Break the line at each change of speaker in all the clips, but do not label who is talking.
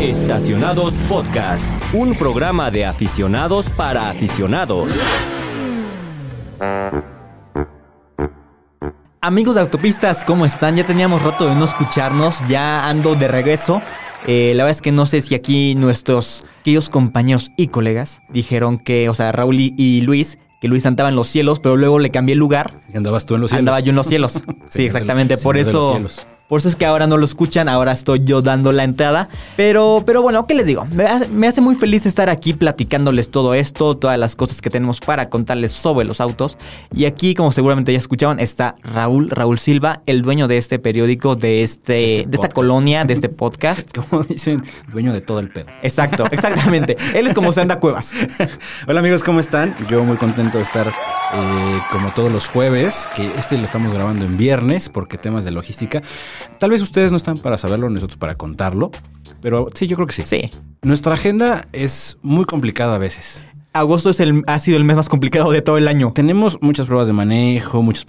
Estacionados Podcast, un programa de aficionados para aficionados.
Amigos de autopistas, ¿cómo están? Ya teníamos rato de no escucharnos, ya ando de regreso. Eh, la verdad es que no sé si aquí nuestros aquellos compañeros y colegas dijeron que, o sea, Raúl y- y Luis, que Luis andaba en los cielos, pero luego le cambié el lugar.
Y andabas tú en los cielos.
Andaba yo en los cielos. sí,
del-
exactamente. Por
señor de los
eso.
cielos.
Por eso es que ahora no lo escuchan, ahora estoy yo dando la entrada. Pero, pero bueno, ¿qué les digo? Me hace, me hace muy feliz estar aquí platicándoles todo esto, todas las cosas que tenemos para contarles sobre los autos. Y aquí, como seguramente ya escucharon, está Raúl, Raúl Silva, el dueño de este periódico, de, este, de esta
podcast.
colonia, de este podcast.
Como dicen, dueño de todo el pedo.
Exacto, exactamente. Él es como Sanda Cuevas.
Hola amigos, ¿cómo están? Yo muy contento de estar eh, como todos los jueves, que este lo estamos grabando en viernes porque temas de logística. Tal vez ustedes no están para saberlo, nosotros para contarlo, pero sí, yo creo que sí.
Sí.
Nuestra agenda es muy complicada a veces.
Agosto es el, ha sido el mes más complicado de todo el año.
Tenemos muchas pruebas de manejo, muchas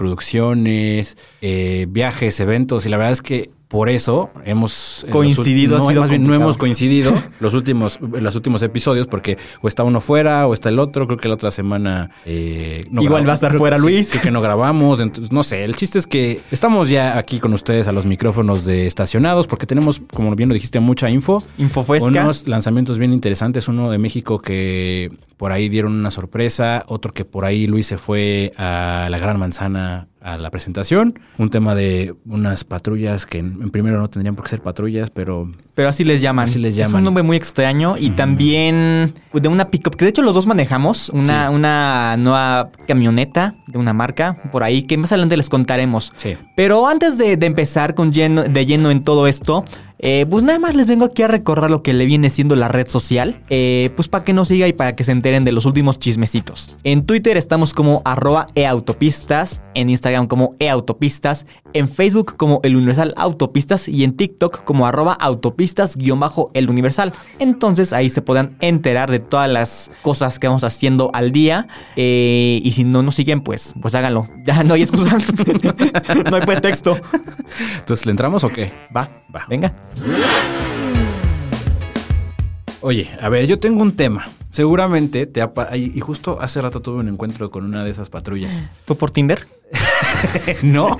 producciones, eh, viajes, eventos, y la verdad es que por eso hemos en los
Coincidido,
ul-
ha
no,
sido
más bien, no
complicado.
hemos coincidido los últimos, los últimos episodios, porque o está uno fuera o está el otro. Creo que la otra semana eh, no
Igual
grabamos.
va a estar
Creo que
fuera
sí,
Luis.
sí que no grabamos, entonces no sé. El chiste es que estamos ya aquí con ustedes a los micrófonos de estacionados, porque tenemos, como bien lo dijiste, mucha info.
Infofuesca.
Unos lanzamientos bien interesantes. Uno de México que por ahí dieron una sorpresa. Otro que por ahí Luis se fue a la Gran Manzana a la presentación. Un tema de unas patrullas que en, en primero no tendrían por qué ser patrullas, pero
Pero así les llaman.
Así les
Es un
llaman.
nombre muy extraño. Y también de una pickup, que de hecho los dos manejamos. Una, una nueva camioneta de una marca por ahí que más adelante les contaremos.
sí.
Pero antes de, de empezar con lleno, de lleno en todo esto, eh, pues nada más les vengo aquí a recordar lo que le viene siendo la red social, eh, pues para que nos siga y para que se enteren de los últimos chismecitos. En Twitter estamos como arroba eautopistas, en Instagram como eautopistas, en Facebook como el Universal Autopistas y en TikTok como arroba autopistas-el Universal. Entonces ahí se podrán enterar de todas las cosas que vamos haciendo al día eh, y si no nos siguen, pues, pues háganlo. Ya no hay excusa, no hay pretexto.
Entonces, ¿le entramos o qué?
Va,
Va.
venga.
Oye, a ver, yo tengo un tema. Seguramente te ha pa- ay, Y justo hace rato tuve un encuentro con una de esas patrullas.
¿Fue por Tinder?
No.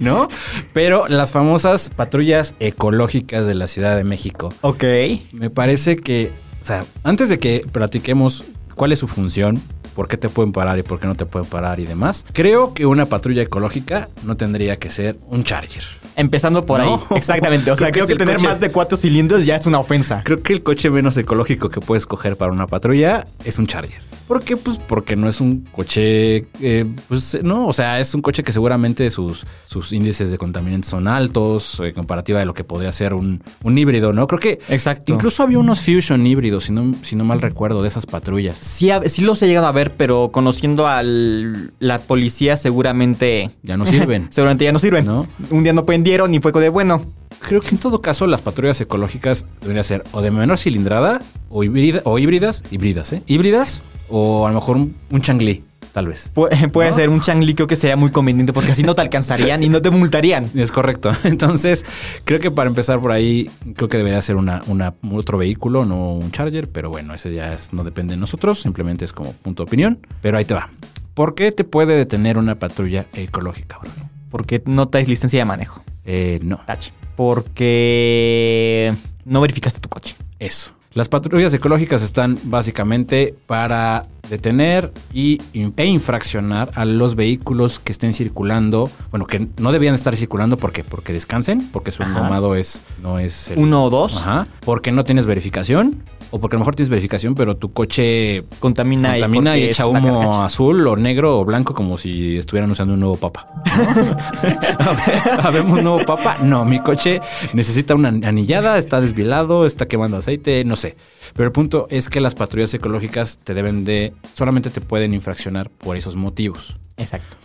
no. Pero las famosas patrullas ecológicas de la Ciudad de México.
Ok.
Me parece que, o sea, antes de que platiquemos cuál es su función, por qué te pueden parar y por qué no te pueden parar y demás, creo que una patrulla ecológica no tendría que ser un Charger.
Empezando por
No.
ahí. Exactamente. O sea, creo
Creo
que,
que es el
tener
coche.
más de cuatro cilindros ya es una ofensa.
Creo que el coche menos ecológico que puedes coger para una patrulla es un Charger. ¿Por qué? Pues porque no es un coche, eh, pues no, o sea, es un coche que seguramente sus, sus índices de contaminantes son altos, eh, comparativa de lo que podría ser un, un híbrido, ¿no? Creo que
Exacto.
incluso había unos Fusion híbridos, si no, si no mal recuerdo, de esas patrullas.
Sí, a- sí los he llegado a ver, pero conociendo a la policía seguramente...
ya no sirven.
Seguramente ya no sirven.
No.
Un día no prendieron y fue como de bueno.
Creo que en todo caso las patrullas ecológicas deberían ser o de menor cilindrada o, híbrida- o híbridas, híbridas, ¿eh? Híbridas o a lo mejor un, un changlí, tal vez.
Pu- eh, puede
¿No?
ser un changli creo que sería muy conveniente porque así no te alcanzarían y no te multarían.
Es correcto. Entonces, creo que para empezar por ahí, creo que debería ser una, una, otro vehículo, no un charger, pero bueno, ese ya es- no depende de nosotros, simplemente es como punto de opinión. Pero ahí te va. ¿Por qué te puede detener una patrulla ecológica, Bruno?
Porque no traes licencia de manejo.
Eh, no.
Tache. Porque no verificaste tu coche.
Eso. Las patrullas ecológicas están básicamente para detener y, e infraccionar a los vehículos que estén circulando, bueno, que no debían estar circulando porque porque descansen, porque su
Ajá.
engomado es no es el-
Uno o dos
Ajá. Porque no tienes verificación o porque a lo mejor tienes verificación, pero tu coche
contamina,
contamina y
porque
echa
es una carcacha.
humo azul o negro o blanco como si estuvieran usando un nuevo papa. ¿No? ¿Habemos un nuevo papa? No, mi coche necesita una anillada, está desvilado, está quemando aceite, no sé. Pero el punto es que las patrullas ecológicas te deben de... solamente te pueden infraccionar por esos motivos.
Exacto.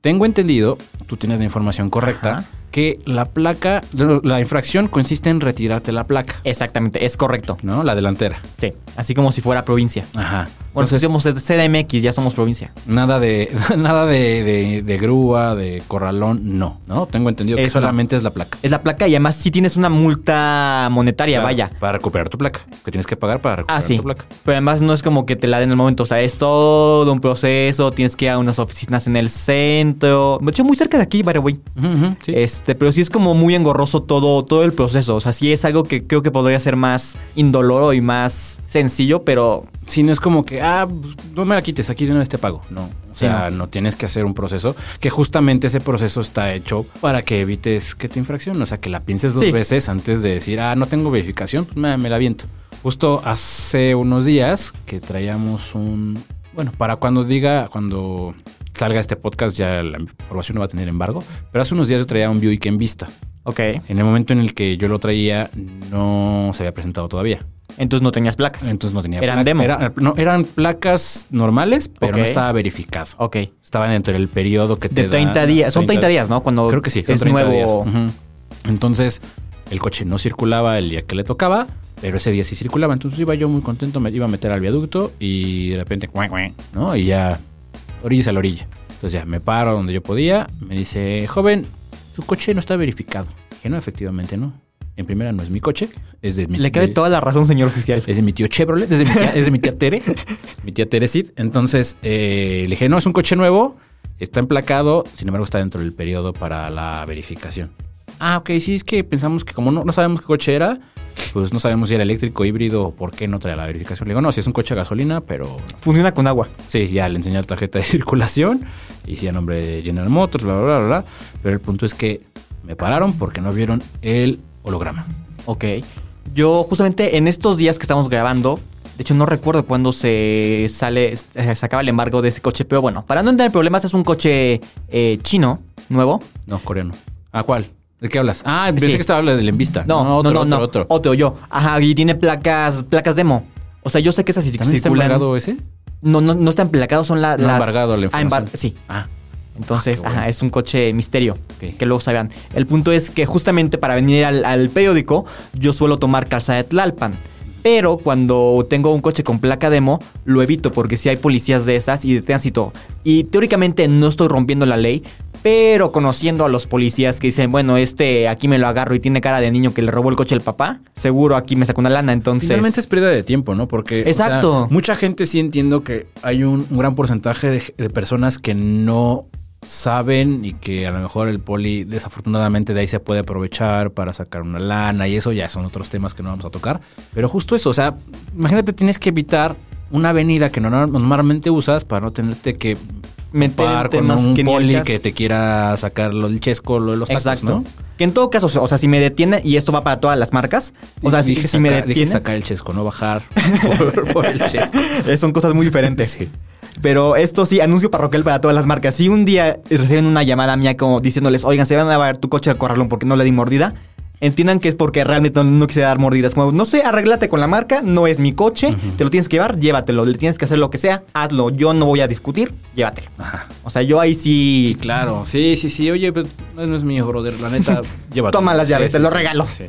Tengo entendido, tú tienes la información correcta,
Ajá.
que la placa, la infracción consiste en retirarte la placa,
Exactamente, es correcto.
¿no? La delantera.
Sí, así como si fuera provincia.
Ajá.
Bueno,
Entonces,
si somos CDMX, ya somos provincia.
nada de nada de, de- de grúa, de corralón, no, ¿no? Tengo entendido que
Eso no.
solamente es la placa.
Es la placa y además sí tienes una multa monetaria,
Para-
vaya.
Para recuperar tu placa, que tienes que pagar para
Ah,
recuperar
sí.
tu placa.
Pero además no es como que te la den en el momento. O sea, es todo un proceso. Tienes que ir a unas oficinas en el centro. De hecho, muy cerca de aquí, by the way.
Ujú, ujú, sí.
Este, pero sí es como muy engorroso todo, todo el proceso. O sea, sí es algo que creo que podría ser más indoloro y más sencillo, pero
Si no es como que, ah, pues, no me la quites, aquí no este pago. No. O
Sí,
sea, no. tienes que hacer un proceso que justamente ese proceso está hecho para que evites que te infracción. O sea, que la pienses dos
Sí.
veces antes de decir, ah, no tengo verificación, pues me, me la viento. Justo hace unos días que traíamos un. Bueno, para cuando diga, cuando salga este podcast, ya la información no va a tener embargo. Pero hace unos días yo traía un Buick en vista.
ok.
En el momento en el que yo lo traía, no se había presentado todavía.
Entonces no tenías placas.
Entonces no tenía
Eran demo.
Era- no, eran placas normales, pero no
Ok.
estaba verificado.
ok.
Estaban dentro del periodo que te
De
da-
30 días. Son 30 días, ¿no? Cuando
Creo que sí, son
es
30 días.
nuevo.
Ujú. Entonces, el coche no circulaba el día que le tocaba, pero ese día sí circulaba. Entonces iba yo muy contento, me iba a meter al viaducto y de repente, cuac, cuac, ¿no? Y ya, orillas a la orilla. Entonces ya me paro donde yo podía. Me dice, joven, su coche no está verificado. Que no, efectivamente no. En primera no es mi coche, es de mi
Le cabe
de-
toda la razón, señor oficial.
es de mi tío Chevrolet, es de mi tía, es de mi tía Tere, mi tía Teresid. Entonces eh, le dije, no, es un coche nuevo, está emplacado, sin embargo está dentro del periodo para la verificación. Ah, ok, sí, es que pensamos que como no, no sabemos qué coche era, pues no sabemos si era eléctrico, híbrido o por qué no trae la verificación. Le digo, no, si es un coche a gasolina, pero
Funciona con agua.
Sí, ya le enseñé la tarjeta de circulación, hice a nombre de General Motors, bla, bla, bla, bla. Pero el punto es que me pararon porque no vieron el holograma.
Ok. Yo justamente en estos días que estamos grabando, de hecho no recuerdo cuándo se sale, eh, se se acaba el embargo de ese coche, pero bueno, para no entrar en problemas, es un coche eh, chino, nuevo.
No, coreano. ¿A cuál? ¿De qué hablas? Ah, pensé
Sí.
que estaba hablando del Envista.
No, no,
Ah, otro,
no, no.
otro,
Otro,
otro.
yo. Ajá, y tiene placas, placas demo. O sea, yo sé que esas
¿También está
circulan.
embargado ese?
no, no, no está emplacado, son la-
No,
las.
embargado la
ah, embar-
información.
sí.
Ah,
Entonces,
Ah, qué bueno.
ajá, es un coche misterio
Ok.
que luego sabrán. El punto es que justamente para venir al, al periódico, yo suelo tomar calzada de Tlalpan. Pero cuando tengo un coche con placa demo, lo evito porque si hay policías de esas y de tránsito. Y teóricamente no estoy rompiendo la ley, pero conociendo a los policías que dicen, bueno, este aquí me lo agarro y tiene cara de niño que le robó el coche al papá, seguro aquí me sacó una lana, entonces...
Finalmente es pérdida de tiempo, ¿no? Porque o sea,
Exacto.
mucha gente sí entiendo que hay un, un gran porcentaje de, de personas que no saben y que a lo mejor el poli desafortunadamente de ahí se puede aprovechar para sacar una lana y eso ya son otros temas que no vamos a tocar. Pero justo eso, o sea, imagínate tienes que evitar una avenida que no- normalmente usas para no tenerte que
Meter en
par con
temas
un
que ni al
poli
caso.
que te quiera sacar lo del chesco, lo de los tacos,
Exacto.
¿no?
Que en todo caso, o sea, si me detiene, y esto va para todas las marcas, o sea, si,
Dije
si me
sacar- dije
detiene...
sacar el chesco, no bajar por, por el chesco.
Eh, Son cosas muy diferentes.
Sí.
Pero esto sí, anuncio parroquial para todas las marcas. Si un día reciben una llamada mía como diciéndoles, oigan, se van a llevar tu coche al corralón porque no le di mordida, entiendan que es porque realmente no, no quise dar mordidas. Como, no sé, arréglate con la marca, no es mi coche, te lo tienes que llevar, llévatelo, le tienes que hacer lo que sea, hazlo, yo no voy a discutir, llévatelo.
Ajá.
O sea, yo ahí sí...
Sí, claro. Sí, sí, sí. Oye, pero no es mío, brother. La neta, llévatelo.
Toma las
Sí,
llaves,
sí,
te lo
sí.
regalo.
Sí.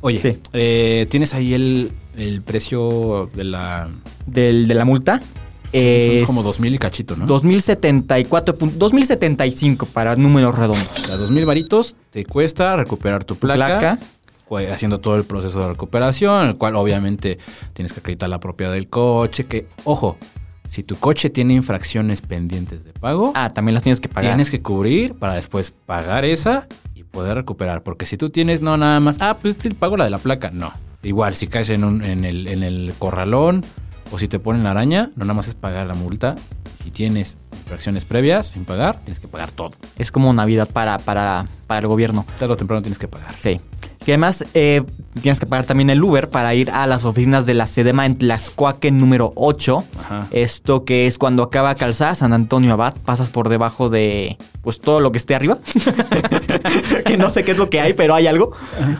Oye,
Sí.
eh, ¿tienes ahí el, el precio de la...
Del, de la multa.
Son
es
como 2000 y cachito, ¿no?
2074, pun- 2075 para números redondos.
O sea, 2000 varitos te cuesta recuperar tu placa,
Placa.
cua- haciendo todo el proceso de recuperación, el cual obviamente tienes que acreditar la propiedad del coche, que, ojo, si tu coche tiene infracciones pendientes de pago,
Ah, también las tienes que pagar.
tienes que cubrir para después pagar esa y poder recuperar. Porque si tú tienes, no, nada más, ah, pues te pago la de la placa. No. Igual, si caes en, un, en, el, en el corralón o si te ponen la araña, no nada más es pagar la multa. Si tienes infracciones previas sin pagar, tienes que pagar todo.
Es como Navidad para, para, para el gobierno.
Tarde o temprano tienes que pagar.
Sí. Que además eh, tienes que pagar también el Uber para ir a las oficinas de la Sedema en Tlaxcoaque número 8.
Ajá.
Esto que es cuando acaba calzada San Antonio Abad, pasas por debajo de pues todo lo que esté arriba. que no sé qué es lo que hay, pero hay algo.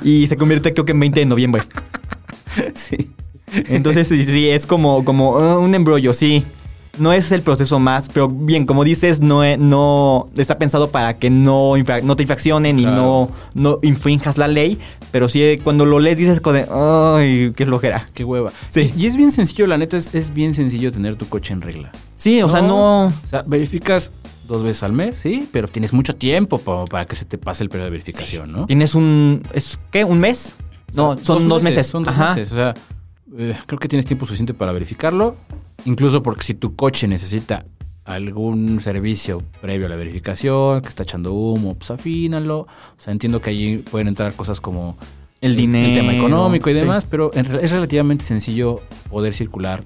Y se convierte creo que en 20 de noviembre.
Sí.
Entonces sí, sí, es como, como eh, un ah, embrollo, sí. no es el proceso más, pero bien, como dices, no, e- no está pensado para que no, infra- no te infraccionen y no,
Claro.
no infrinjas la ley, pero sí eh, cuando lo lees dices, como de, ay, qué flojera.
Qué hueva.
Sí.
Y es bien sencillo, la neta, es, es bien sencillo tener tu coche en regla.
Sí, o sea, no...
O sea, verificas dos veces al mes, sí, pero tienes mucho tiempo pa- para que se te pase el periodo de verificación, ¿no?
Tienes un... ¿es ¿Qué? ¿Un mes? No, son dos, meses.
Son dos
Ajá.
meses. O sea, eh, creo que tienes tiempo suficiente para verificarlo. Incluso porque si tu coche necesita algún servicio previo a la verificación, que está echando humo, pues afínalo. O sea, entiendo que allí pueden entrar cosas como
El dinero.
el tema económico y
sí.
demás, pero en re- es relativamente sencillo poder circular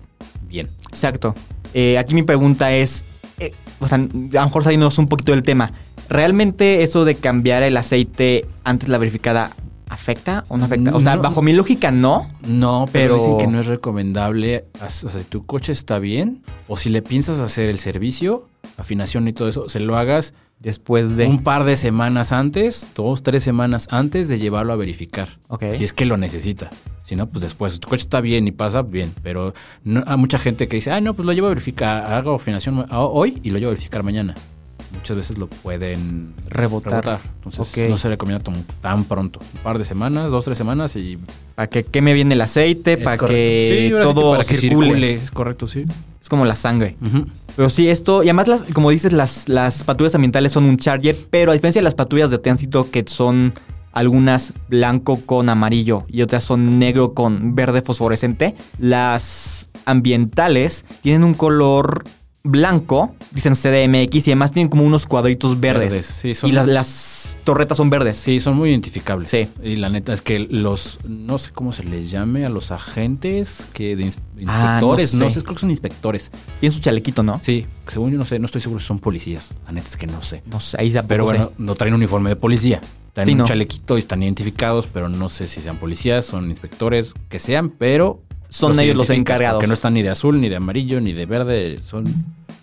bien.
Exacto. Eh, aquí mi pregunta es, eh, o sea, a lo mejor saliéndonos un poquito del tema. ¿Realmente eso de cambiar el aceite antes de la verificada afecta o no afecta? O sea,
No.
bajo mi lógica no.
No, pero,
Pero-
dicen que no es recomendable. as- O sea, si tu coche está bien o si le piensas hacer el servicio, afinación y todo eso, se lo hagas
Después de...
un par de semanas antes, dos, tres semanas antes de llevarlo a verificar.
Ok.
Si es que lo necesita. Si no, pues después. Si tu coche está bien y pasa, bien. Pero no, hay mucha gente que dice, ay, no, pues lo llevo a verificar, hago afinación ma- a- hoy y lo llevo a verificar mañana. Muchas veces lo pueden
Rebotar.
Entonces
Ok.
no se recomienda tan, tan pronto. Un par de semanas, dos, tres semanas y
Para que queme bien el aceite,
es
para
correcto.
que
Sí, ahora sí que
todo
para que
circule.
Es correcto, sí.
Es como la sangre. Pero sí, esto, y además, las, como dices, las, las patrullas ambientales son un charger, pero a diferencia de las patrullas de tránsito que son algunas blanco con amarillo y otras son negro con verde fosforescente, las ambientales tienen un color blanco, dicen CDMX, y además tienen como unos cuadritos verdes.
Verdes, sí, son-
Y las, las torretas son verdes.
Sí, son muy identificables.
Sí.
Y la neta es que los, no sé cómo se les llame a los agentes, que de ins-
Ah,
inspectores,
no
no,
sé.
sé. creo que son inspectores.
Tienen su chalequito, ¿no?
Sí, según yo no sé, no estoy seguro si son policías. La neta es que no sé.
No sé, ahí tampoco
Pero bueno,
sé.
no traen uniforme de policía. Traen
Sí,
un
no.
chalequito y están identificados, pero no sé si sean policías, son inspectores, que sean, pero...
Son ellos los
identificas,
encargados.
Porque no están ni de azul, ni de amarillo, ni de verde. Son...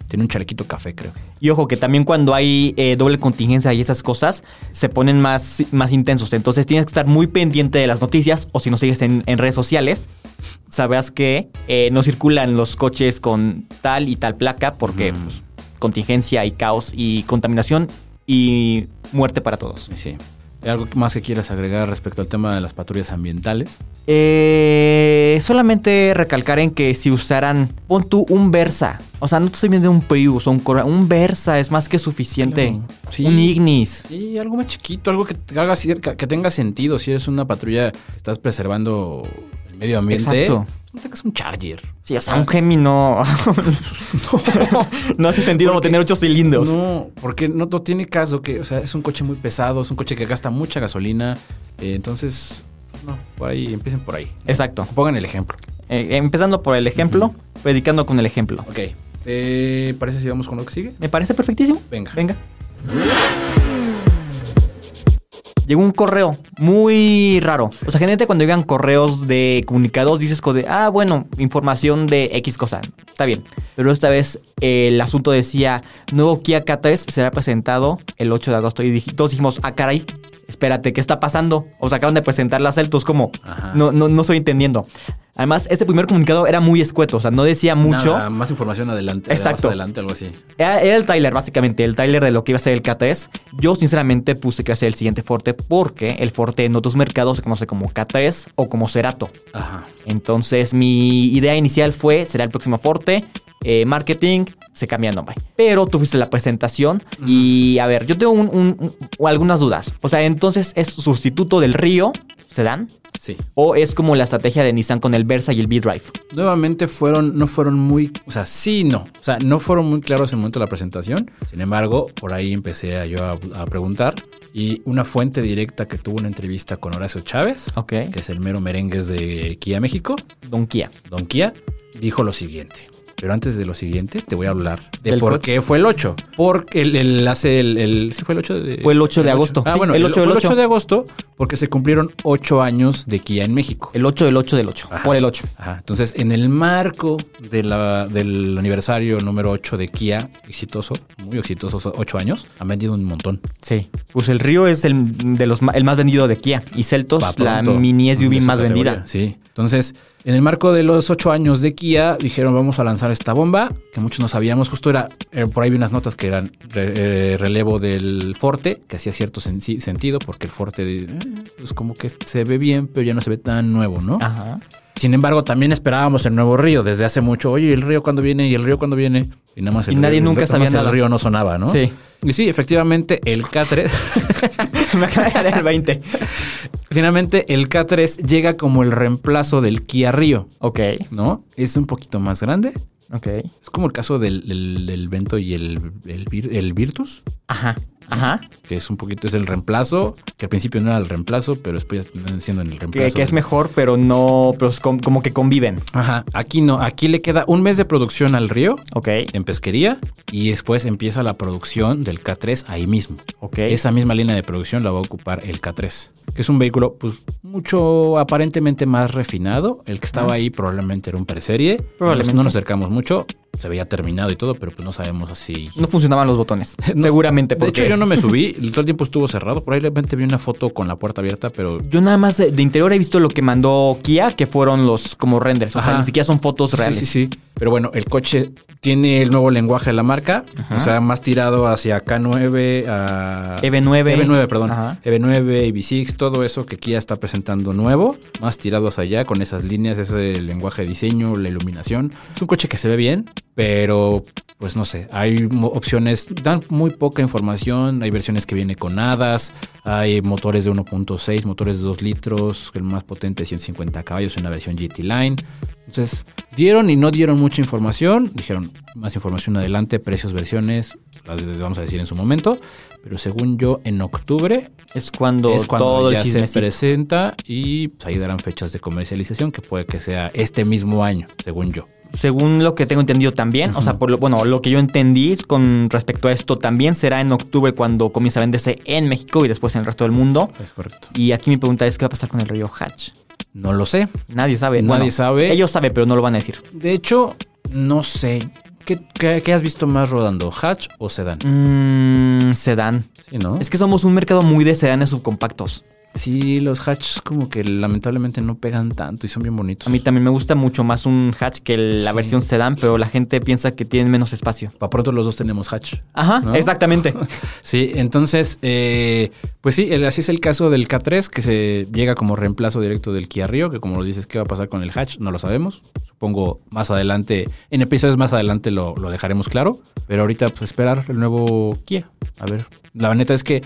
Tiene un chalequito café, creo.
Y ojo, que también cuando hay eh, doble contingencia y esas cosas, se ponen más, más intensos. Entonces tienes que estar muy pendiente de las noticias o si nos sigues en, en redes sociales, sabrás que eh, no circulan los coches con tal y tal placa porque
Mm.
pues, contingencia y caos y contaminación y muerte para todos.
Sí. ¿Algo más que quieras agregar respecto al tema de las patrullas ambientales?
Eh, solamente recalcar en que si usaran, pon tú un Versa. O sea, no te estoy viendo un Prius o un Corolla. Un Versa es más que suficiente.
Claro. Sí.
Un Ignis.
Sí, algo más chiquito, algo que, te haga cier- que que tenga sentido. Si eres una patrulla que estás preservando el medio ambiente,
Exacto.
no tengas un charger.
Sí, o sea, un Gemi no. no hace sentido tener ocho cilindros.
No, porque no, no tiene caso que, o sea, es un coche muy pesado, es un coche que gasta mucha gasolina. eh, entonces, no, por ahí, empiecen por ahí.
Exacto.
Pongan el ejemplo.
Eh, empezando por el ejemplo, predicando con el ejemplo.
Ok. ¿Te parece si vamos con lo que sigue?
Me parece perfectísimo.
Venga.
Venga. Llegó un correo muy raro. O sea, generalmente cuando llegan correos de comunicados dices cosas de, ah, bueno, información de X cosa. Está bien. Pero esta vez eh, el asunto decía, nuevo Kia K3 será presentado el 8 de agosto. Y dij- todos dijimos, ah, caray, espérate, ¿qué está pasando? O sea, acaban de presentar las Celtos, como,
Ajá.
no, no, no estoy entendiendo. Además, este primer comunicado era muy escueto, o sea, no decía mucho.
Nada, más información adelante.
Exacto.
más Adelante, algo así.
Era, era el Tyler, básicamente, el Tyler de lo que iba a ser el K3. Yo, sinceramente, puse que iba a ser el siguiente Forte porque el Forte en otros mercados se conoce como K3 o como Cerato.
Ajá.
Entonces, mi idea inicial fue: será el próximo Forte, eh, marketing, se cambia el nombre. Pero tú fuiste a la presentación y, a ver, yo tengo un- un- un- algunas dudas. O sea, entonces, ¿es sustituto del Río? ¿Se dan?
Sí.
¿O es como la estrategia de Nissan con el Versa y el B-Drive?
Nuevamente fueron, no fueron muy, o sea, sí y no. O sea, no fueron muy claros en el momento de la presentación. Sin embargo, por ahí empecé a yo a, a preguntar. Y una fuente directa que tuvo una entrevista con Horacio Chávez,
Ok.
que es el mero merengues de Kia México,
Don Kia.
Don Kia, dijo lo siguiente. Pero antes de lo siguiente, te voy a hablar de
Del
por
coche.
qué fue el 8. Porque el, el- hace el, el- ¿sí fue el 8 de
Fue el 8 de agosto.
Ah,
Sí,
bueno,
el
el
8
8,
del
el 8
8.
de agosto, porque se cumplieron 8 años de Kia en México.
El 8 del 8 del 8.
Ajá.
Por el 8.
Ajá, Entonces, en el marco de la- del aniversario número 8 de Kia, exitoso, muy exitoso, 8 años, han vendido un montón.
Sí. Pues el Río es el, de los, ma- el más vendido de Kia. Y Celtos,
Va
Pues la
pronto.
mini SUV
De su
más
categoría,
vendida.
Sí. Entonces, En el marco de los ocho años de Kia, dijeron vamos a lanzar esta bomba, que muchos no sabíamos, justo era, eh, por ahí vi unas notas que eran re- eh, relevo del Forte, que hacía cierto sen- sí, sentido, porque el Forte eh, pues como que se ve bien, pero ya no se ve tan nuevo, ¿no?
Ajá.
Sin embargo, también esperábamos el nuevo río desde hace mucho. Oye, ¿y el río cuándo viene? ¿Y el río cuándo viene? Y nada más el
Y nadie
río,
nunca
nada
sabía
más
nada.
El río no sonaba, ¿no?
Sí.
Y sí, efectivamente, el K3.
Me acaba de caer el 20.
finalmente, el K3 llega como el reemplazo del Kia Río,
Ok.
¿no? Es un poquito más grande.
Ok.
Es como el caso del, del- del Vento y el, el Vir- el Virtus,
Ajá. Ajá.
que es un poquito, es el reemplazo, que al principio no era el reemplazo, pero después ya están siendo en el reemplazo.
Que, que es
del-
mejor, pero no. Pero es com- como que conviven.
Ajá, aquí no, aquí le queda un mes de producción al río.
Ok.
en pesquería y después empieza la producción del K3 ahí mismo.
Ok.
Esa misma línea de producción la va a ocupar el K3, que es un vehículo pues, mucho aparentemente más refinado. El que estaba ahí probablemente era un preserie.
Probablemente.
No nos acercamos mucho, se veía terminado y todo, pero pues no sabemos así.
No funcionaban los botones.
No-
seguramente.
De
Porque
hecho, yo no me subí, todo el tiempo estuvo cerrado. Por ahí de repente vi una foto con la puerta abierta, pero
Yo nada más de, de interior he visto lo que mandó Kia, que fueron los como renders. O sea,
Ajá.
ni siquiera son fotos reales.
Sí, sí, sí. Pero bueno, el coche tiene el nuevo lenguaje de la marca, o sea, más tirado hacia K9, a
EV9.
EV9, perdón.
Ajá.
EV9, EV6, todo eso que Kia está presentando nuevo, más tirado hacia allá con esas líneas, ese lenguaje de diseño, la iluminación. Es un coche que se ve bien, pero pues no sé, hay mo- opciones, dan muy poca información, hay versiones que viene con hadas, hay motores de 1.6, motores de 2 litros, el más potente 150 caballos en la versión GT Line. Entonces, dieron y no dieron mucha información. Dijeron más información adelante, precios, versiones, las les vamos a decir en su momento. Pero según yo, en octubre
Es cuando,
es cuando
todo el
ya se
chismecito.
presenta y pues, ahí darán fechas de comercialización que puede que sea este mismo año, según yo.
Según lo que tengo entendido también, o sea, por lo, bueno, lo que yo entendí con respecto a esto también será en octubre cuando comienza a venderse en México y después en el resto del mundo.
Es correcto.
Y aquí mi pregunta es, ¿qué va a pasar con el río Hatch?
No lo sé.
Nadie sabe.
Nadie sabe.
Ellos saben, pero no lo van a decir.
De hecho, no sé. ¿Qué, qué- qué has visto más rodando? ¿Hatch o sedán?
Mmm, sedán.
Sí, ¿no?
Es que somos un mercado muy de sedanes subcompactos.
sí, los hatch como que lamentablemente no pegan tanto y son bien bonitos.
A mí también me gusta mucho más un hatch que la
Sí.
versión sedán, pero la gente piensa que tienen menos espacio.
Para pronto los dos tenemos hatch.
Ajá,
¿No?
exactamente.
Sí, entonces, eh, pues sí, el- así es el caso del K3, que se llega como reemplazo directo del Kia Rio, que como lo dices, ¿qué va a pasar con el hatch? No lo sabemos. Supongo más adelante, en episodios más adelante lo, lo dejaremos claro. Pero ahorita, pues esperar el nuevo Kia. A ver, la neta es que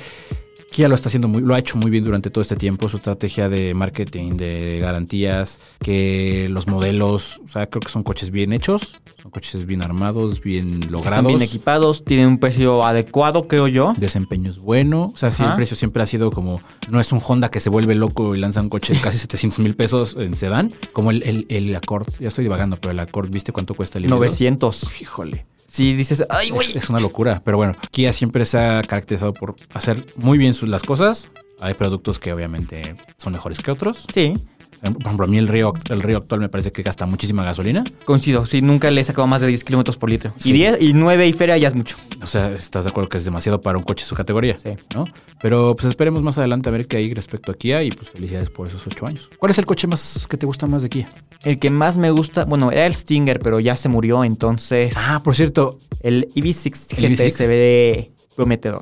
Kia lo está haciendo muy, lo ha hecho muy bien durante todo este tiempo, su estrategia de marketing, de garantías, que los modelos, o sea, creo que son coches bien hechos, son coches bien armados, bien logrados
Están bien equipados, tienen un precio adecuado, creo yo.
desempeño es bueno. O sea, sí,
Ajá.
el precio siempre ha sido como, no es un Honda que se vuelve loco y lanza un coche de casi 700 mil pesos en sedán, como el, el, el Accord. Ya estoy divagando, pero el Accord, ¿viste cuánto cuesta el híbrido?
900.
Híjole.
Si dices, ay,
Es,
güey.
es una locura. Pero bueno, Kia siempre se ha caracterizado por hacer muy bien sus, las cosas. Hay productos que obviamente son mejores que otros.
Sí,
Por ejemplo, a mí el río, el río actual me parece que gasta muchísima gasolina.
coincido. Sí, nunca le he sacado más de 10 kilómetros por litro.
Sí.
Y 10 y 9 y feria ya es mucho.
O sea, estás de acuerdo que es demasiado para un coche de su categoría.
Sí.
¿No? Pero pues esperemos más adelante a ver qué hay respecto a Kia y pues felicidades por esos ocho años. ¿Cuál es el coche más que te gusta más de Kia?
El que más me gusta, bueno, era el Stinger, pero ya se murió, entonces
Ah, por cierto,
el EV6
El
GT
EV6.
se ve de prometedor.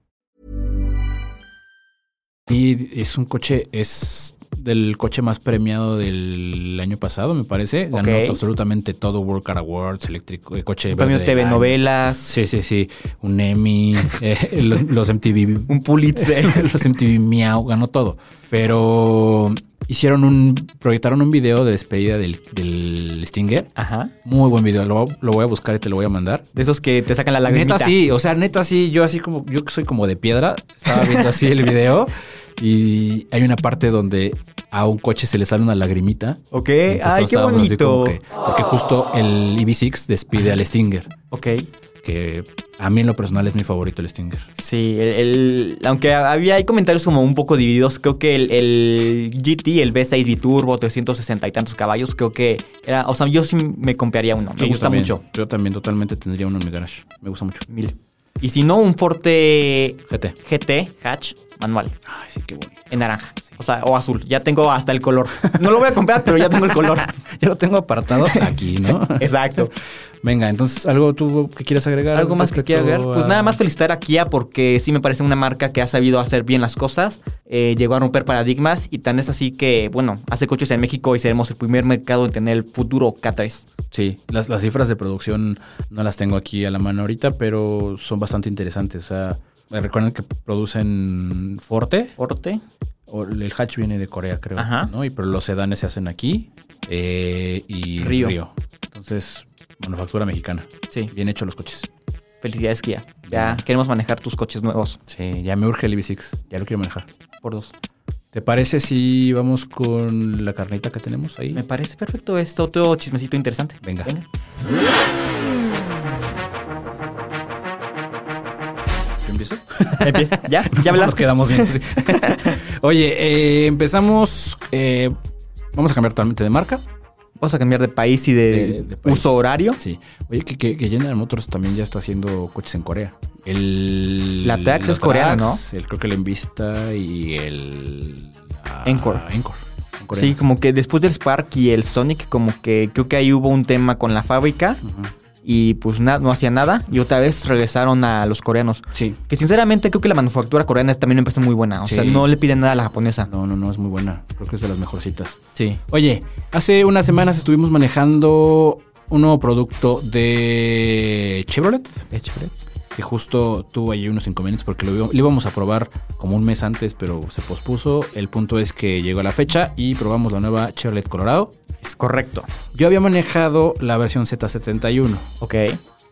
y es un coche, es del coche más premiado del año pasado, me parece. Ganó
Ok.
absolutamente todo World Car Awards, eléctrico, el coche.
Un premio
verde
TV
del año.
Novelas,
Sí, sí, sí. Un Emmy, eh, los, los MTV
un Pulitzer.
los MTV Miau ganó todo. Pero hicieron un. proyectaron un video de despedida del, del Stinger.
Ajá.
Muy buen video. Lo, lo voy a buscar y te lo voy a mandar.
De esos que te sacan la lagrimita.
Neta sí, o sea, neta sí, yo así como, yo que soy como de piedra, estaba viendo así el video y hay una parte donde a un coche se le sale una lagrimita.
Ok, ay,
Entonces, todos
qué
estábamos así como
bonito.
que- porque justo el EV6 despide al Stinger,
Ok.
que a mí en lo personal es mi favorito el Stinger.
Sí, el, el- aunque había hay comentarios como un poco divididos, creo que el, el GT, el V6 Biturbo, 360 y tantos caballos, creo que era, o sea, yo sí me compraría uno, me
Sí, yo
gusta
también.
mucho.
Yo también totalmente tendría uno en mi garage. Me gusta mucho.
Mil. Y si no, un Forte
GT.
GT Hatch manual,
Ay, sí, qué bonito.
en naranja, o sea, o azul, ya tengo hasta el color. No lo voy a comprar, pero ya tengo el color.
Ya lo tengo apartado aquí, ¿no?
Exacto.
Venga, entonces, ¿algo tú que quieras agregar?
Algo más que quiera
respecto
ver. Pues
a-
nada más felicitar a Kia porque sí me parece una marca que ha sabido hacer bien las cosas. eh, llegó a romper paradigmas y tan es así que, bueno, hace coches en México y seremos el primer mercado en tener el futuro K3.
Sí, las, las cifras de producción no las tengo aquí a la mano ahorita, pero son bastante interesantes. O sea, eh, recuerden que producen Forte.
Forte.
o el hatch viene de Corea, creo.
Ajá.
¿no? Y, pero los sedanes se hacen aquí eh, y
Río.
Entonces, manufactura mexicana.
Sí.
Bien hecho los coches.
Felicidades, Kia. Ya queremos manejar tus coches nuevos
Sí, ya me urge el EV6. Ya lo quiero manejar.
por dos.
¿Te parece si vamos con la carnita que tenemos ahí?
Me parece perfecto esto, otro chismecito interesante.
Venga. ¿Yo empiezo?
Empieza. ¿Ya? ¿Ya
Nos
hablaste?
quedamos bien. Oye, eh, empezamos. eh, vamos a cambiar totalmente de marca.
Vamos a cambiar de país y de,
De- de país.
uso horario.
Sí. Oye, que, que, que General Motors también ya está haciendo coches en Corea. El,
La Trax
la
es coreana,
Trax, El, creo que el Envista y el... ah,
Encore.
Encore. Son
Sí,
coreanos.
como que después del Spark y el Sonic, como que creo que ahí hubo un tema con la fábrica y pues na- no hacía nada y otra vez regresaron a los coreanos.
Sí.
Que sinceramente creo que la manufactura coreana es también una empresa muy buena, o sea,
Sí.
no le piden nada a la japonesa.
No, no, no, es muy buena. Creo que es de las mejorcitas.
Sí.
Oye, hace unas semanas estuvimos manejando un nuevo producto de Chevrolet. Que justo tuvo allí unos inconvenientes porque lo, íbamos- lo íbamos a probar como un mes antes, pero se pospuso. El punto es que llegó la fecha y probamos la nueva Chevrolet Colorado.
Es correcto.
Yo había manejado la versión Z71.
Ok.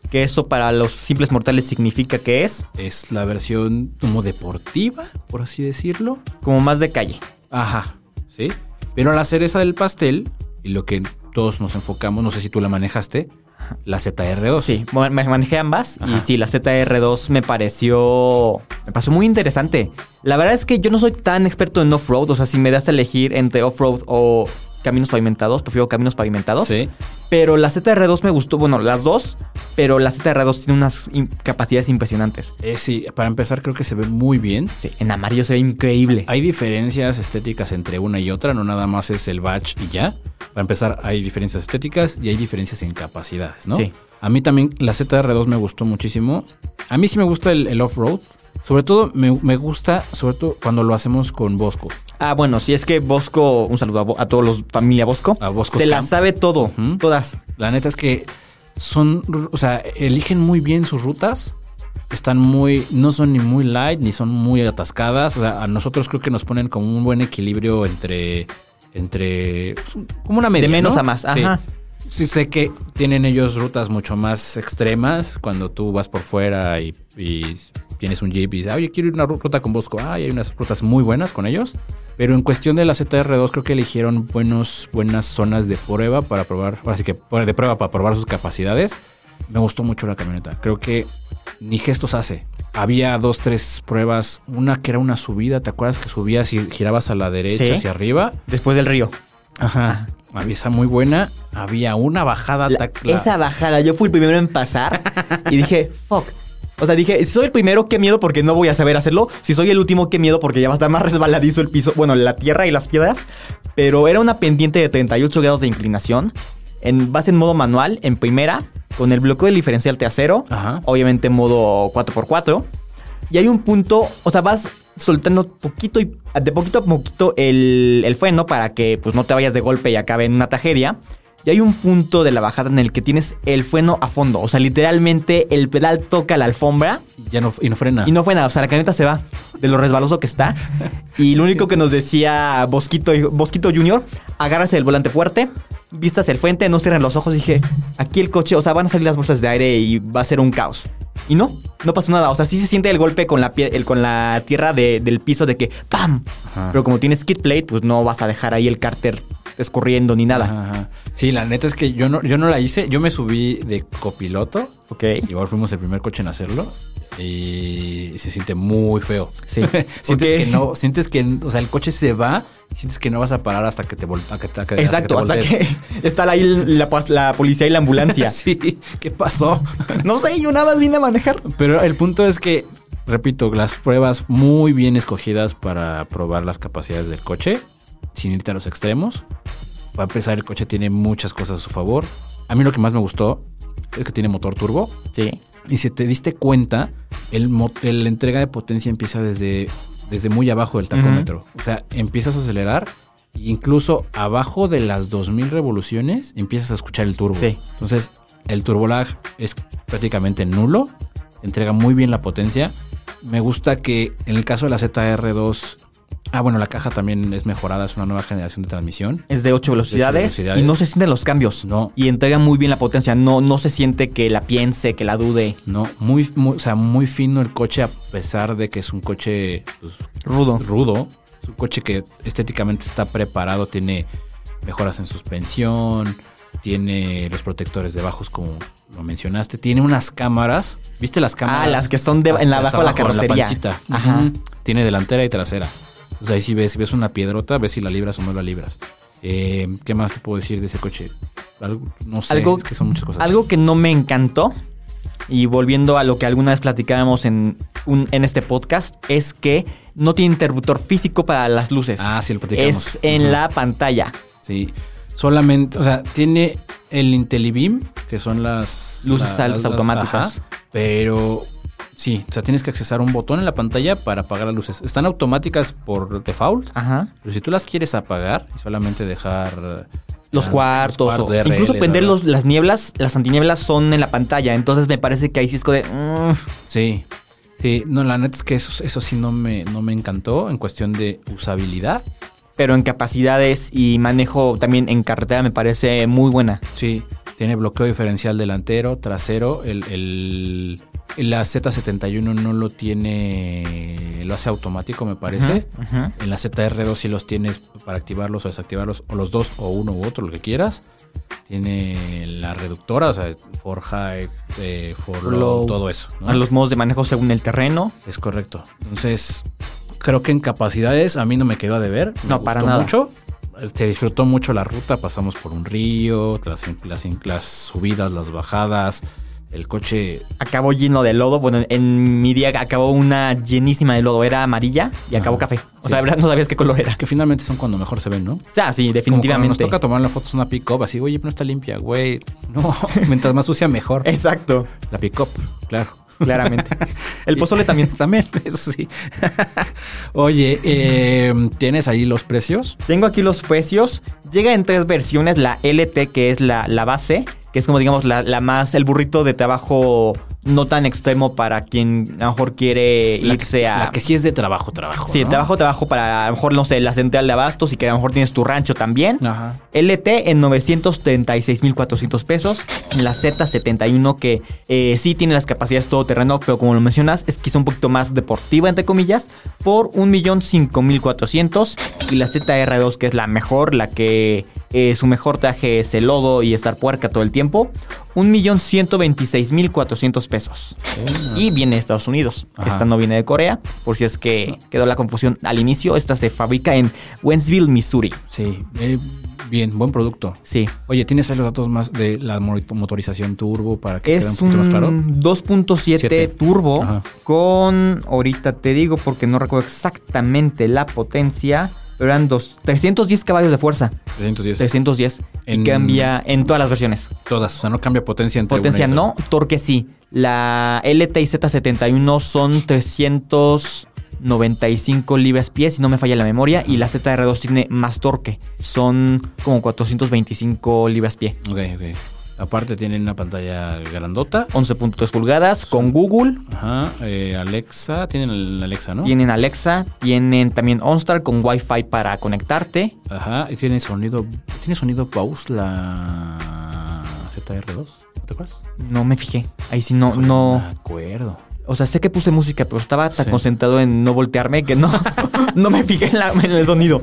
Que eso para los simples mortales significa que es
Es la versión como deportiva, por así decirlo.
como más de calle.
Ajá, sí. Pero la cereza del pastel, y lo que todos nos enfocamos, no sé si tú la manejaste, la ZR2.
Sí, ma- ma- manejé ambas
Ajá.
y sí, la ZR2 me pareció me pasó muy interesante. La verdad es que yo no soy tan experto en off-road, o sea, si me das a elegir entre off-road o caminos pavimentados, prefiero caminos pavimentados.
Sí.
Pero la ZR2 me gustó, bueno, las dos, pero la ZR2 tiene unas im- capacidades impresionantes.
Eh, sí, para empezar creo que se ve muy bien.
Sí, en amarillo se ve increíble.
Hay diferencias estéticas entre una y otra, no nada más es el batch y ya. Para empezar, hay diferencias estéticas y hay diferencias en capacidades, ¿no?
Sí.
A mí también la ZR2 me gustó muchísimo. A mí sí me gusta el, el off-road. Sobre todo me, me gusta, sobre todo cuando lo hacemos con Bosco.
Ah, bueno, si es que Bosco, un saludo a, Bo- a todos los familia Bosco.
A Bosco
se la
Camp.
sabe todo,
Ujú.
todas.
La neta es que son, o sea, eligen muy bien sus rutas. Están muy, no son ni muy light ni son muy atascadas. O sea, a nosotros creo que nos ponen como un buen equilibrio entre, entre, pues, un- como una media.
menos
¿no?
a más,
Sí.
ajá.
Sí, sé que tienen ellos rutas mucho más extremas cuando tú vas por fuera y, y tienes un jeep y dices, oye, quiero ir a una ru- ruta con Bosco. Ah, hay unas rutas muy buenas con ellos. Pero en cuestión de la ZR2 creo que eligieron buenos, buenas zonas de prueba para probar, así que bueno, de prueba para probar sus capacidades. Me gustó mucho la camioneta. Creo que ni gestos hace. Había dos, tres pruebas. Una que era una subida, ¿te acuerdas que subías y girabas a la derecha,
Sí.
hacia arriba?
Después del río.
Ajá. Había esa muy buena. Había una bajada.
Ah. La-
tac- la-
Esa bajada, yo fui el primero en pasar y dije, fuck. O sea, dije, si soy el primero, qué miedo porque no voy a saber hacerlo. Si soy el último, qué miedo porque ya va a estar más resbaladizo el piso, bueno, la tierra y las piedras. Pero era una pendiente de 38 grados de inclinación. En, vas en modo manual, en primera, con el bloqueo del diferencial trasero.
Ajá.
Obviamente en modo 4x4. Y hay un punto, o sea, vas soltando poquito y de poquito a poquito el, el freno para que pues no te vayas de golpe y acabe en una tragedia. Y hay un punto de la bajada en el que tienes el freno a fondo. O sea, literalmente el pedal toca la alfombra
Ya no, y no frena.
y no frena. O sea, la camioneta se va de lo resbaloso que está. Y lo único que nos decía Bosquito, Bosquito Junior, agárrase del volante fuerte, vistas el frente, no cierren los ojos. Dije, aquí el coche, o sea, van a salir las bolsas de aire y va a ser un caos. Y no, no pasó nada. O sea, sí se siente el golpe con la, pie- el- con la tierra de- del piso de que ¡pam! Pero como tienes kit plate, pues no vas a dejar ahí el cárter escurriendo ni nada.
Ajá, ajá. Sí, la neta es que yo no, yo no la hice. Yo me subí de copiloto.
Ok.
Igual fuimos el primer coche en hacerlo. Y se siente muy feo.
Sí.
sientes
Ok.
que no, sientes que, o sea, el coche se va, sientes que no vas a parar hasta que te volteas.
Exacto, hasta que está ahí la, pas- la policía y la ambulancia.
sí, ¿qué pasó?
No sé, yo nada más vine a manejar.
Pero el punto es que, repito, las pruebas muy bien escogidas para probar las capacidades del coche, sin irte a los extremos. Para empezar, el coche tiene muchas cosas a su favor. A mí lo que más me gustó es que tiene motor turbo.
Sí.
Y si te diste cuenta, el, mo- el entrega de potencia empieza desde, desde muy abajo del tacómetro. O sea, empiezas a acelerar. e Incluso abajo de las 2000 revoluciones empiezas a escuchar el turbo.
Sí.
Entonces, el turbo lag es prácticamente nulo. Entrega muy bien la potencia. Me gusta que en el caso de la ZR2. Ah, bueno, la caja también es mejorada, es una nueva generación de transmisión.
Es de ocho velocidades,
velocidades.
y no se sienten los cambios.
No.
Y entrega muy bien la potencia. No, no se siente que la piense, que la dude.
No, muy, muy- o sea, muy fino el coche, a pesar de que es un coche pues,
Rudo.
rudo. Es un coche que estéticamente está preparado, tiene mejoras en suspensión, tiene los protectores de bajos, como lo mencionaste, tiene unas cámaras. ¿Viste las cámaras?
Ah, las que son de- en la- abajo
Hasta
de la carrocería.
pancita.
Ajá.
Ujú. Tiene delantera y trasera. Entonces ahí sí ves, si ves una piedrota, ves si la libras o no la libras. Eh, ¿Qué más te puedo decir de ese coche? Algo, no sé,
algo,
es que son muchas cosas.
algo que no me encantó, y volviendo a lo que alguna vez platicábamos en, un- en este podcast, es que no tiene interruptor físico para las luces.
Ah, sí, lo platicamos.
es en
Ujú.
la pantalla.
Sí. Solamente, o sea, tiene el IntelliBeam, que son las
Luces altas automáticas.
ajá, pero sí, o sea, tienes que accesar un botón en la pantalla para apagar las luces. Están automáticas por default,
Ajá.
pero si tú las quieres apagar y solamente dejar
Los
ah,
cuartos,
cuartos
o
de RL,
incluso prender
¿verdad?
los, las nieblas, las antinieblas son en la pantalla. Entonces me parece que ahí sí es como de. mm,
Sí. Sí, no, la neta es que eso, eso sí no me, no me encantó en cuestión de usabilidad.
pero en capacidades y manejo también en carretera me parece muy buena.
Sí, tiene bloqueo diferencial delantero, trasero. El, el- la Z71 no lo tiene, lo hace automático, me parece.
Ajá.
En la ZR2 sí los tienes para activarlos o desactivarlos, o los dos, o uno u otro, lo que quieras. Tiene la reductora, o sea, for high, eh, for low,
Low.
todo eso. ¿no?
A los modos de manejo según el terreno.
Es correcto. Entonces, creo que en capacidades a mí no me quedó a deber. Me
No, para nada.
Mucho. Se disfrutó mucho la ruta. Pasamos por un río, las, las, las subidas, las bajadas. El coche
Acabó lleno de lodo. Bueno, en mi día acabó una llenísima de lodo. Era amarilla y acabó
Ajá.
café. O
Sí.
sea, la verdad no sabías qué color era.
que finalmente son cuando mejor se ven, ¿no?
O sea, sí,
Como cuando nos
definitivamente.
toca tomar la foto es una pick-up, así, oye, pero no está limpia, güey. No, mientras más sucia, mejor.
Exacto,
La pick-up, claro.
claramente. El
Y-
pozole también.
También, eso sí. oye, eh, ¿tienes ahí los precios?
Tengo aquí los precios. Llega en tres versiones. La LT, que es la, la base, que es como digamos la, la más, el burrito de trabajo no tan extremo para quien a lo mejor quiere
La que-
irse a...
La que sí es de trabajo, trabajo.
Sí,
¿no?
trabajo, trabajo para a lo mejor, no sé, la central de abastos y que a lo mejor tienes tu rancho también.
Ajá.
LT en 936.400 pesos. La Z71 que eh, sí tiene las capacidades todoterreno, pero como lo mencionas, es quizá un poquito más deportiva, entre comillas, por 1.005.400. Y la ZR2 que es la mejor, la que eh, su mejor traje es el lodo y estar puerca todo el tiempo, 1.126.400 pesos. Y viene de Estados Unidos.
Ajá.
Esta no viene de Corea, por si es que quedó la confusión al inicio. Esta se fabrica en Wentzville, Missouri.
Sí, eh, bien, buen producto.
Sí.
Oye, ¿tienes ahí los datos más de la mo- motorización turbo para que quede un
Es
poquito
un
más claro?
2.7
Siete.
turbo
Ajá.
con, ahorita te digo porque no recuerdo exactamente la potencia, pero eran dos, 310 caballos de fuerza.
310.
310.
En-
Y cambia en todas las versiones.
Todas, o sea, no cambia potencia entre
Potencia
una y
no,
otra.
torque sí. La LT y Z71 son 395 libras pies, si no me falla la memoria, y la ZR2 tiene más torque, son como 425 libras pie.
Ok, ok. Aparte tienen una pantalla grandota.
11.3 pulgadas con Google,
Ajá, eh, Alexa, tienen el Alexa, ¿no?
tienen Alexa, tienen también OnStar con Wi-Fi para conectarte.
Ajá, y tiene sonido, tiene sonido pause la ZR2. ¿Te acuerdas?
No me fijé. Ahí sí no, no.
Me acuerdo.
O sea, sé que puse música, pero estaba tan
Sí.
concentrado en no voltearme que no, no me fijé en, la- en el sonido.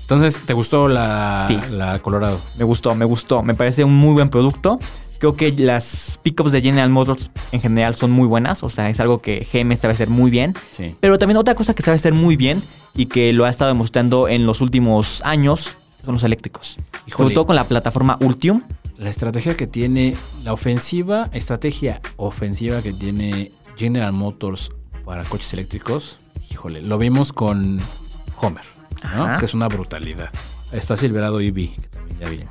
Entonces, ¿te gustó la,
Sí.
la Colorado?
Me gustó, me gustó. Me parece un muy buen producto. Creo que las pickups de General Motors en general son muy buenas. O sea, es algo que GM sabe hacer muy bien.
Sí.
Pero también otra cosa que sabe hacer muy bien y que lo ha estado demostrando en los últimos años son los eléctricos.
Híjole.
Sobre todo con la plataforma Ultium.
La estrategia que tiene, la ofensiva, estrategia ofensiva que tiene General Motors para coches eléctricos, híjole, lo vimos con Homer, ¿no?
Ajá.
que es una brutalidad. Está Silverado EV, que también ya viene.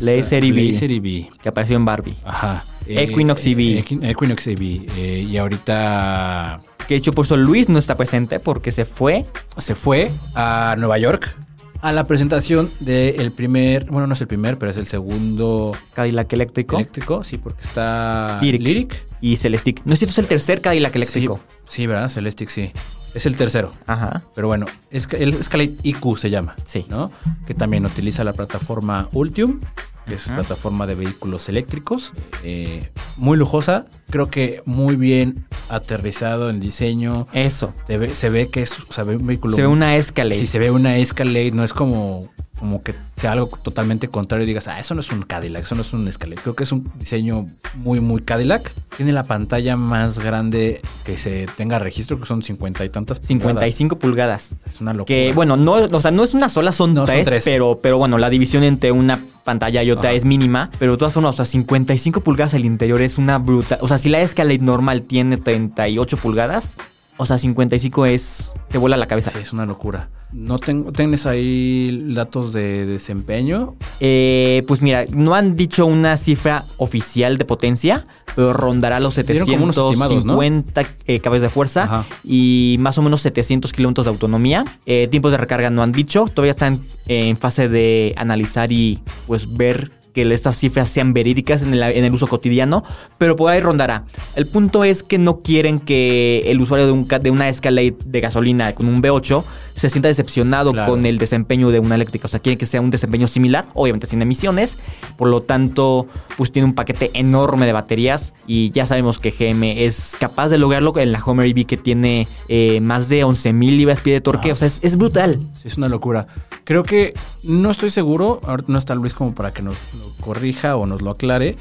Blazer EV.
Blazer EV.
que apareció en Barbie.
Ajá.
E
Eh,
Equinox E EV.
Equi- Equinox EV. eh, y ahorita
Que de hecho por eso Luis no está presente porque se fue.
se fue a Nueva York a la presentación del primer, bueno, no es el primer, pero es el segundo
Cadillac eléctrico.
eléctrico, sí, porque está
Lyric. Y Celestic. No es cierto, es el tercer Cadillac eléctrico.
Sí, sí, ¿verdad? Celestic, sí. Es el tercero.
Ajá.
Pero bueno, es, que el Escalade IQ se llama.
Sí.
¿No? Que también utiliza la plataforma Ultium, que es plataforma de vehículos eléctricos. eh, muy lujosa. Creo que muy bien aterrizado en diseño.
Eso.
Te ve- se ve que es o sea, ve un vehículo.
Eh. Se ve una Escalade.
Si se ve una Escalade, no es como, como que sea algo totalmente contrario y digas, ah, eso no es un Cadillac, eso no es un Escalade. Creo que es un diseño muy, muy Cadillac. Tiene la pantalla más grande que se tenga registro, que son cincuenta y tantas. pulgadas.
55 pulgadas.
Es una locura.
Que bueno, no, o sea, no es una sola, son,
No, son
tres,
tres.
Pero, pero bueno, la división entre una pantalla y otra
Ajá.
es mínima. Pero de todas formas, o sea, 55 pulgadas al interior es una bruta. O sea, si la Escalade normal tiene 38 pulgadas, o sea, 55 es. te vuela la cabeza.
Sí, es una locura. No tengo, tienes ahí datos de desempeño.
Eh, pues mira, no han dicho una cifra oficial de potencia, pero rondará los
Dieron como unos estimados, ¿no?
750 eh, caballos de fuerza
Ajá.
y más o menos 700 kilómetros de autonomía. Eh, tiempos de recarga no han dicho, todavía están en fase de analizar y pues ver que estas cifras sean verídicas en el, en el uso cotidiano, pero por ahí rondará. El punto es que no quieren que el usuario de, un, ca- de una Escalade de gasolina con un V8 se sienta decepcionado
Claro.
con el el desempeño de una eléctrica. O sea, quieren que sea un desempeño similar, obviamente sin emisiones. Por lo tanto, pues tiene un paquete enorme de baterías. Y ya sabemos que GM es capaz de lograrlo en la Homer EV que tiene eh, más de 11.000 libras pie de torque. O sea, es, es brutal.
Sí, es una locura. Creo que no estoy seguro, ahorita no está Luis como para que nos lo corrija o nos lo aclare,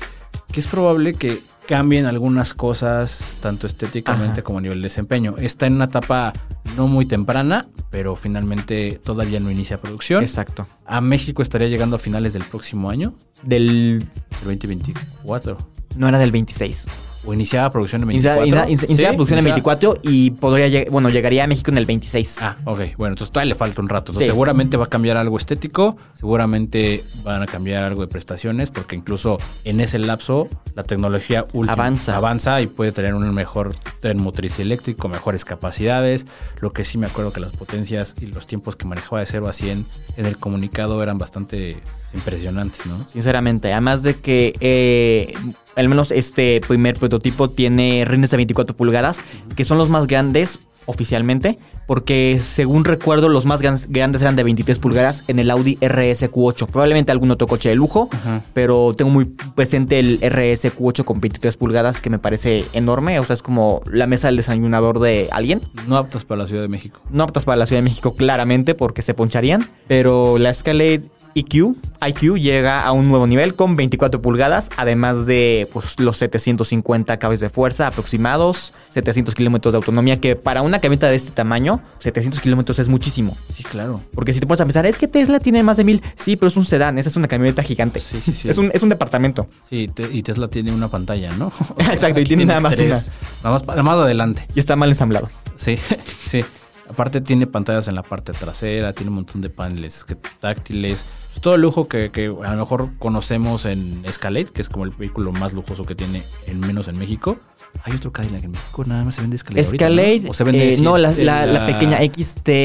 que es probable que cambien algunas cosas, tanto estéticamente
Ajá.
como a nivel de desempeño. Está en una etapa no muy temprana, pero finalmente todavía no inicia producción.
Exacto.
A México estaría llegando a finales del próximo año,
Del...
el 2024.
No era del 26.
O iniciaba producción en
Inicia-
24.
inicia- inicia la
Sí,
producción en
iniciaba-
24 y podría lleg- bueno, llegaría a México en el 26.
Ah, ok. Bueno, entonces todavía le falta un rato. Entonces,
Sí.
Seguramente va a cambiar algo estético, seguramente van a cambiar algo de prestaciones, porque incluso en ese lapso la tecnología última-
Avanza.
avanza y puede tener un mejor tren motriz eléctrico, mejores capacidades. Lo que sí me acuerdo que las potencias y los tiempos que manejaba de 0 a 100 en el comunicado eran bastante impresionantes, ¿no?
Sinceramente, además de que eh, al menos este primer prototipo tiene rines de 24 pulgadas, que son los más grandes oficialmente, porque según recuerdo los más gran- grandes eran de 23 pulgadas en el Audi RS Q8, probablemente algún otro coche de lujo, pero tengo muy presente el RS Q8 con 23 pulgadas que me parece enorme, o sea, es como la mesa del desayunador de alguien.
No aptas para la Ciudad de México.
No aptas para la Ciudad de México claramente porque se poncharían, pero la Escalade E EQ, IQ llega a un nuevo nivel con 24 pulgadas, además de pues, los 750 caballos de fuerza aproximados, 700 kilómetros de autonomía, que para una camioneta de este tamaño, 700 kilómetros es muchísimo.
Sí, claro.
Porque si te pones a pensar, es que Tesla tiene más de mil. Sí, pero es un sedán, esa es una camioneta gigante.
Sí, sí, sí.
Es un, es un departamento.
Sí, te- y Tesla tiene una pantalla, ¿no?
Exacto, y
Aquí
tiene nada
tienes
más
tres. Nada más, nada más adelante.
Y está mal ensamblado.
Sí, sí. Aparte tiene pantallas en la parte trasera, tiene un montón de paneles que- táctiles. Todo el lujo que, que a lo mejor conocemos en Escalade, que es como el vehículo más lujoso que tiene, el menos en México. Hay otro Cadillac en México, nada más se vende Escalade. ahorita, ¿no?
Escalade,
O se vende,
eh,
sí,
no, la,
de
la- la pequeña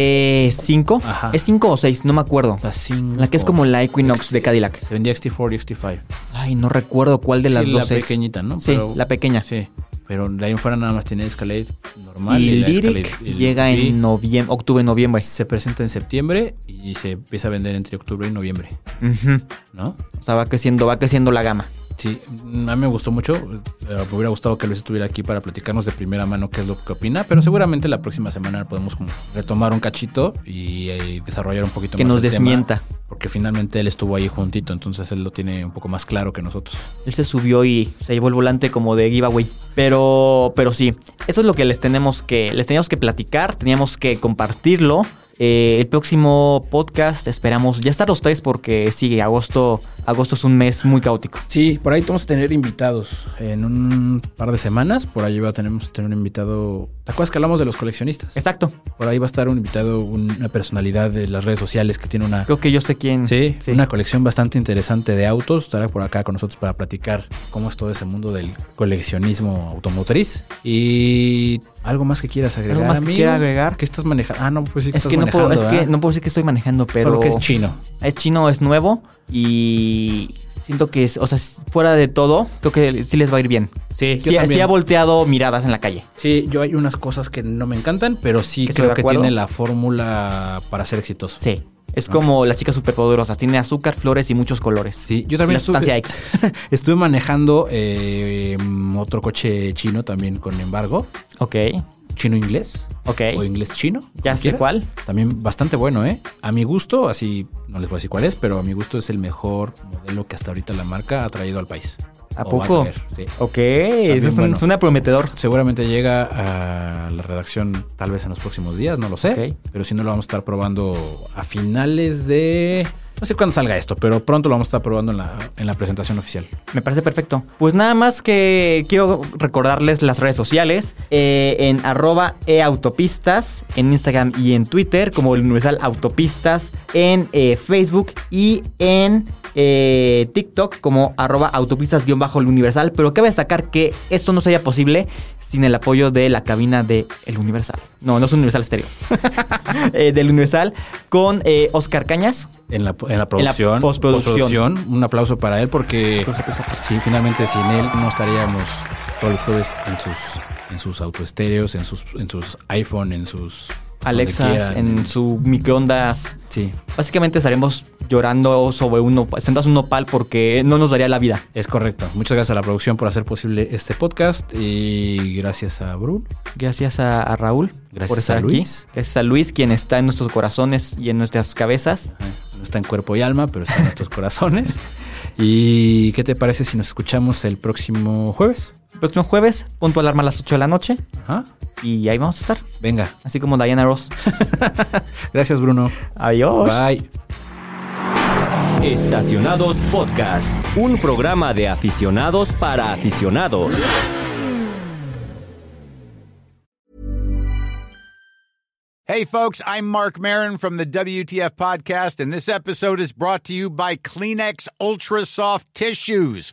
XT5.
Ajá.
¿Es 5 o 6? No me acuerdo.
La, cinco.
La que es como la Equinox
Este,
de Cadillac.
Se vendía XT4 y XT5.
Ay, no recuerdo cuál de
Sí,
las dos
la
es.
pequeñita, ¿no?
Sí,
Pero-
la pequeña.
Sí, pero de ahí en fuera nada más tiene Escalade normal.
y
la
Lyric
Escalade- el
llega
Lyric
en noviembre, octubre, noviembre.
Se presenta en septiembre y se empieza a vender entre octubre y noviembre,
Ujú.
¿no?
O sea, va creciendo, va creciendo la gama.
Sí, a mí me gustó mucho. Eh, Me hubiera gustado que Luis estuviera aquí para platicarnos de primera mano qué es lo que opina, pero seguramente la próxima semana podemos como retomar un cachito y, eh, desarrollar un poquito
Que nos
más. el tema,
desmienta.
porque finalmente él estuvo ahí juntito, entonces él lo tiene un poco más claro que nosotros.
Él se subió y se llevó el volante como de giveaway. Pero, pero sí, eso es lo que les tenemos que, les teníamos que platicar, teníamos que compartirlo. Eh, el próximo podcast esperamos ya estar los tres porque sigue agosto. Agosto es un mes muy caótico.
Sí, por ahí vamos a tener invitados en un par de semanas. Por ahí va a tenemos tener un invitado. ¿Te acuerdas que hablamos de los coleccionistas?
Exacto.
Por ahí va a estar un invitado, una personalidad de las redes sociales que tiene una
Creo que yo sé quién.
Sí, una colección bastante interesante de autos. Estará por acá con nosotros para platicar cómo es todo ese mundo del coleccionismo automotriz. Y algo más que quieras agregar.
¿Algo más que
amigo?
quiera agregar?
¿Qué estás manejando? Ah, no, pues sí, que
Es
estás
que, no puedo, es
manejando,
que
¿verdad?
no puedo decir que estoy manejando, pero.
Solo que es chino.
Es chino, es nuevo y siento que, es- o sea, fuera de todo, creo que sí les va a ir bien.
Sí,
Sí, sí ha volteado miradas en la calle.
Sí, yo hay unas cosas que no me encantan, pero sí
¿Que estoy
creo
de
que
acuerdo?
tiene la fórmula para ser exitoso.
Sí. Es como las chicas superpoderosas. Tiene azúcar, flores y muchos colores.
Sí, yo también
La sustancia
estuve,
X.
estuve manejando eh, otro coche chino también, con embargo,
Ok.
chino-inglés.
Ok.
o inglés chino.
Ya
como
sé
quieras.
cuál.
También bastante bueno, ¿eh? A mi gusto, así no les voy a decir cuál es, pero a mi gusto es el mejor modelo que hasta ahorita la marca ha traído al país.
¿A
O va
poco?
traer, sí.
Ok. Eso es un-
bueno.
suena prometedor.
Seguramente llega a la redacción tal vez en los próximos días, no lo sé.
Ok.
Pero si no, lo vamos a estar probando a finales de... No sé cuándo salga esto, pero pronto lo vamos a estar probando en la, en la presentación oficial.
Me parece perfecto. Pues nada más que quiero recordarles las redes sociales eh, en arroba eautopistas, en Instagram y en Twitter, como el Universal Autopistas, en eh, Facebook y en eh, TikTok como arroba autopistas-el Universal. Pero cabe destacar que esto no sería posible sin el apoyo de la cabina de El Universal. No, no es Universal Stereo. Eh, del Universal con eh, Oscar Cañas.
En la, en la producción.
postproducción.
postproducción. Un aplauso para él porque sí, finalmente sin él no estaríamos todos los jueves en sus, en sus autoestéreos, en sus, en sus iPhone, en sus... donde
Alexa
quieran. eh.
en su microondas.
Sí.
Básicamente estaremos llorando sobre un nopal, sentados en un nopal porque no nos daría la vida.
Es correcto. Muchas gracias a la producción por hacer posible este podcast y gracias a Bruno.
Gracias a, a Raúl
Gracias
por estar
a Luis.
aquí. Gracias a Luis, quien está en nuestros corazones y en nuestras cabezas.
Ajá. No está en cuerpo y alma, pero está en nuestros corazones. ¿Y qué te parece si nos escuchamos el próximo jueves?
El próximo jueves, punto alarma a las 8 de la noche
Ajá.
y ahí vamos a estar.
Venga.
Así como Diana Ross.
Gracias, Bruno.
Adiós.
Bye.
Estacionados Podcast, un programa de aficionados para aficionados.
Hey, folks, I'm Mark Marin from the WTF Podcast, and this episode is brought to you by Kleenex Ultra Soft Tissues,